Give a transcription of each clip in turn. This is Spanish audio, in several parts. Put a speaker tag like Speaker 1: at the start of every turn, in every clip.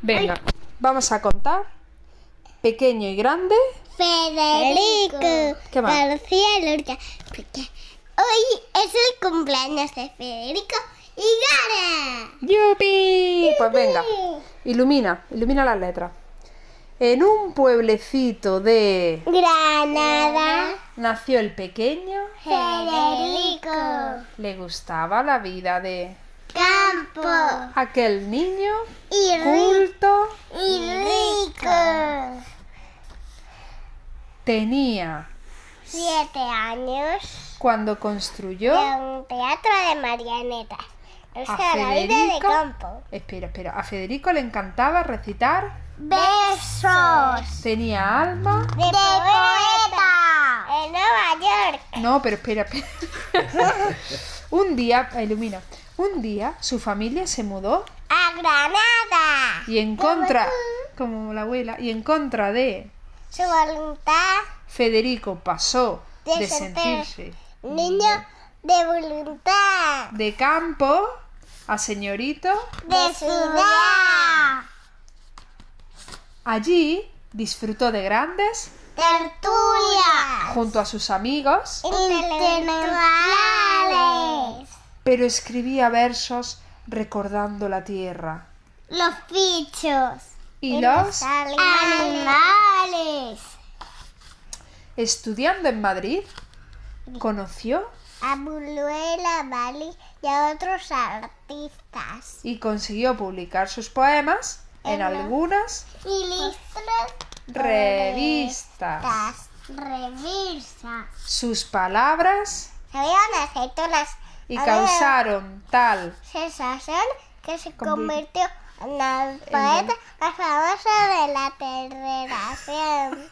Speaker 1: Venga, vamos a contar. Pequeño y grande.
Speaker 2: Federico
Speaker 1: ¿Qué más?
Speaker 2: García Lorca. Porque hoy es el cumpleaños de Federico y Gara.
Speaker 1: ¡Yupi! Pues venga, ilumina, ilumina las letras. En un pueblecito de...
Speaker 2: Granada.
Speaker 1: Nació el pequeño,
Speaker 2: Federico.
Speaker 1: le gustaba la vida de...
Speaker 2: Campo.
Speaker 1: Aquel niño,
Speaker 2: Y, ri-
Speaker 1: culto,
Speaker 2: y rico.
Speaker 1: tenía
Speaker 2: Siete años.
Speaker 1: cuando construyó...
Speaker 2: De un teatro de marionetas. O
Speaker 1: A
Speaker 2: sea, la vida de
Speaker 1: Federico-
Speaker 2: campo.
Speaker 1: Espera, espera. A Federico le encantaba recitar.
Speaker 2: Besos.
Speaker 1: Tenía alma.
Speaker 2: De, poeta. En Nueva York.
Speaker 1: No, pero espera, espera. Un día, ah, ilumina. Un día su familia se mudó
Speaker 2: A Granada.
Speaker 1: y en contra, como la abuela, y en contra de
Speaker 2: Su voluntad.
Speaker 1: Federico pasó
Speaker 2: De
Speaker 1: de
Speaker 2: ser-
Speaker 1: sentirse
Speaker 2: Niño de voluntad.
Speaker 1: de campo a señorito.
Speaker 2: De ciudad.
Speaker 1: Allí disfrutó de grandes
Speaker 2: Tertulia.
Speaker 1: junto a sus amigos,
Speaker 2: Intelectuales.
Speaker 1: pero escribía versos recordando la tierra
Speaker 2: Los bichos.
Speaker 1: y los
Speaker 2: Animales.
Speaker 1: Estudiando en Madrid, conoció
Speaker 2: A Buluela Bali y a otros artistas.
Speaker 1: y consiguió publicar sus poemas en algunas
Speaker 2: Y listas.
Speaker 1: revistas.
Speaker 2: Revistas.
Speaker 1: Sus palabras
Speaker 2: Sabían aceitunas.
Speaker 1: y
Speaker 2: Había
Speaker 1: causaron tal
Speaker 2: Sensación que se
Speaker 1: Convi-
Speaker 2: convirtió en el poeta más famoso de la generación.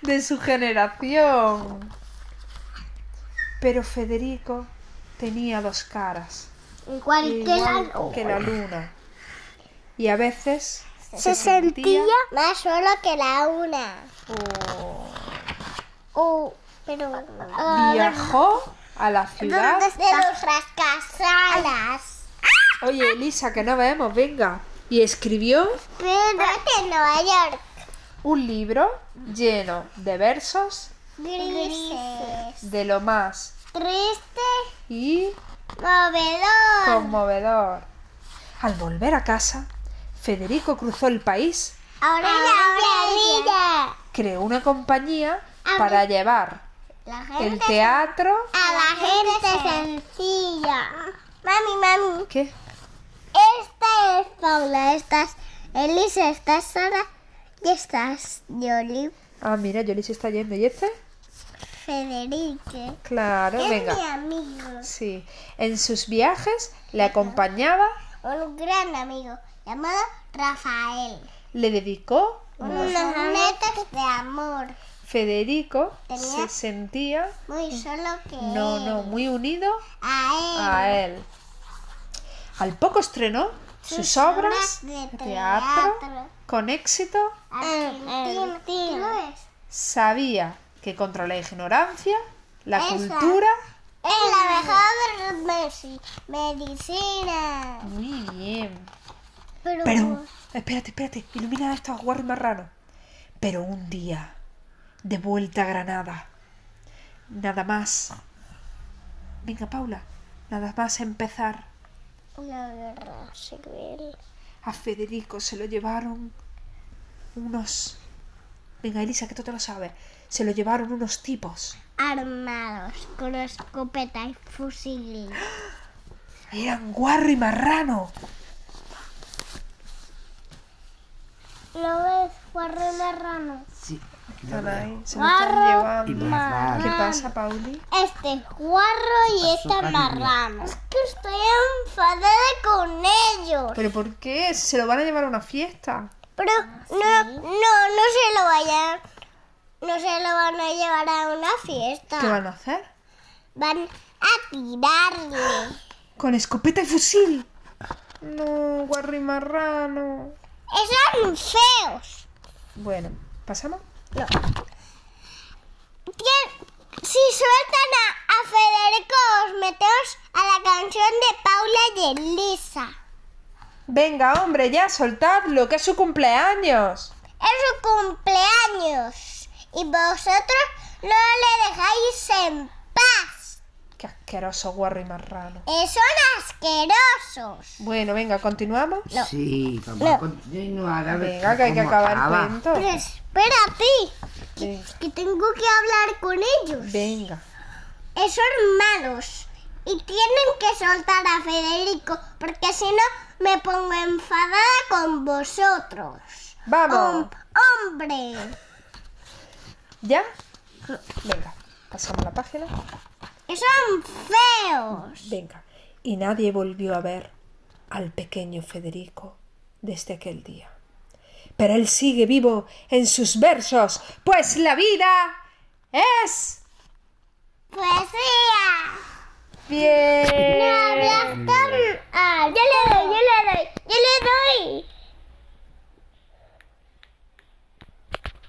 Speaker 1: de su generación. Pero Federico tenía dos caras, igual que la luna, y a veces se sentía...
Speaker 2: más solo que la una.
Speaker 1: Oh.
Speaker 2: Oh, pero.
Speaker 1: Viajó a la ciudad
Speaker 2: de nuestras casadas.
Speaker 1: Oye, Elisa, que no vemos, venga. Y escribió
Speaker 2: Pero de Nueva York.
Speaker 1: un libro lleno de versos
Speaker 2: Grises.
Speaker 1: de lo más
Speaker 2: Triste,
Speaker 1: y
Speaker 2: movedor.
Speaker 1: conmovedor. Al volver a casa, Federico cruzó el país,
Speaker 2: Ahora
Speaker 1: Ah.
Speaker 2: la
Speaker 1: creó una compañía
Speaker 2: Ah,
Speaker 1: para llevar
Speaker 2: La
Speaker 1: el
Speaker 2: gente
Speaker 1: teatro.
Speaker 2: A la gente sencilla. Mami, mami,
Speaker 1: ¿Qué?
Speaker 2: esta es Paula, estás Elisa, estás Sara y estás Yoli
Speaker 1: Ah, mira, yo se está yendo. ¿Y este?
Speaker 2: Federico.
Speaker 1: Claro,
Speaker 2: Es mi
Speaker 1: Pues venga.
Speaker 2: amigo,
Speaker 1: Sí. En sus viajes le acompañaba,
Speaker 2: un gran amigo llamado Rafael.
Speaker 1: le dedicó.
Speaker 2: Unos netos de amor,
Speaker 1: Federico se
Speaker 2: Tenía-
Speaker 1: sentía
Speaker 2: muy solo que
Speaker 1: No, no, muy unido
Speaker 2: a él.
Speaker 1: a él. Al poco estrenó sus, obras de teatro con éxito.
Speaker 2: Argentino.
Speaker 1: Sabía que contra la ignorancia, la
Speaker 2: Esa.
Speaker 1: cultura.
Speaker 2: Es la mejor mesi- medicina.
Speaker 1: Muy bien.
Speaker 2: Pero,
Speaker 1: Pero. Espérate, espérate. Ilumina a estos guarros marranos. Pero un día, de vuelta a Granada. Nada más. Venga, Paula. Nada más empezar.
Speaker 2: una guerra civil.
Speaker 1: A Federico se lo llevaron unos... Venga, Elisa, que tú te lo sabes. Se lo llevaron unos tipos.
Speaker 2: Armados con escopeta y fusil.
Speaker 1: Eran guarro y marrano.
Speaker 2: ¿Lo ves, guarro marrano?
Speaker 3: Sí.
Speaker 1: Caray, se lo están
Speaker 2: Guarro
Speaker 3: Y
Speaker 1: llevando.
Speaker 3: más
Speaker 1: ¿Qué pasa, Pauli?
Speaker 2: Este es guarro y este es marrano. Es que estoy enfadada con ellos.
Speaker 1: ¿Pero por qué? Se lo van a llevar a una fiesta.
Speaker 2: Pero no, no, no se lo vayan. No se lo van a llevar a una fiesta.
Speaker 1: ¿Qué van a hacer?
Speaker 2: Van a tirarle.
Speaker 1: Con escopeta y fusil. No, guarro y marrano.
Speaker 2: Esos son feos.
Speaker 1: Bueno, ¿pasamos?
Speaker 2: Tien- Si sueltan a, a Federico, os meteos a la canción de Paula y Elisa.
Speaker 1: Venga, hombre, ya, soltadlo, que es su cumpleaños.
Speaker 2: Es su cumpleaños y vosotros no le dejáis en paz.
Speaker 1: Qué asqueroso guarro y marrano.
Speaker 2: Eh, son asquerosos.
Speaker 1: Bueno, venga, continuamos.
Speaker 2: No.
Speaker 3: Sí, vamos
Speaker 2: No.
Speaker 3: a continuar a ver
Speaker 1: Venga, que hay que
Speaker 3: cómo
Speaker 1: acabar
Speaker 3: acaba.
Speaker 1: el cuento.
Speaker 2: Pero espérate,
Speaker 1: Ve-
Speaker 2: que tengo que hablar con ellos.
Speaker 1: Venga.
Speaker 2: Eh, son malos y tienen que soltar a Federico porque si no me pongo enfadada con vosotros.
Speaker 1: Vamos.
Speaker 2: Hom- hombre.
Speaker 1: ¿Ya? Venga, pasamos la página.
Speaker 2: Son feos.
Speaker 1: Venga. Y nadie volvió a ver al pequeño Federico desde aquel día. Pero él sigue vivo en sus versos, pues la vida es...
Speaker 2: Poesía.
Speaker 1: Bien.
Speaker 2: No hablas tan alto. Yo le doy, yo le doy, yo le doy.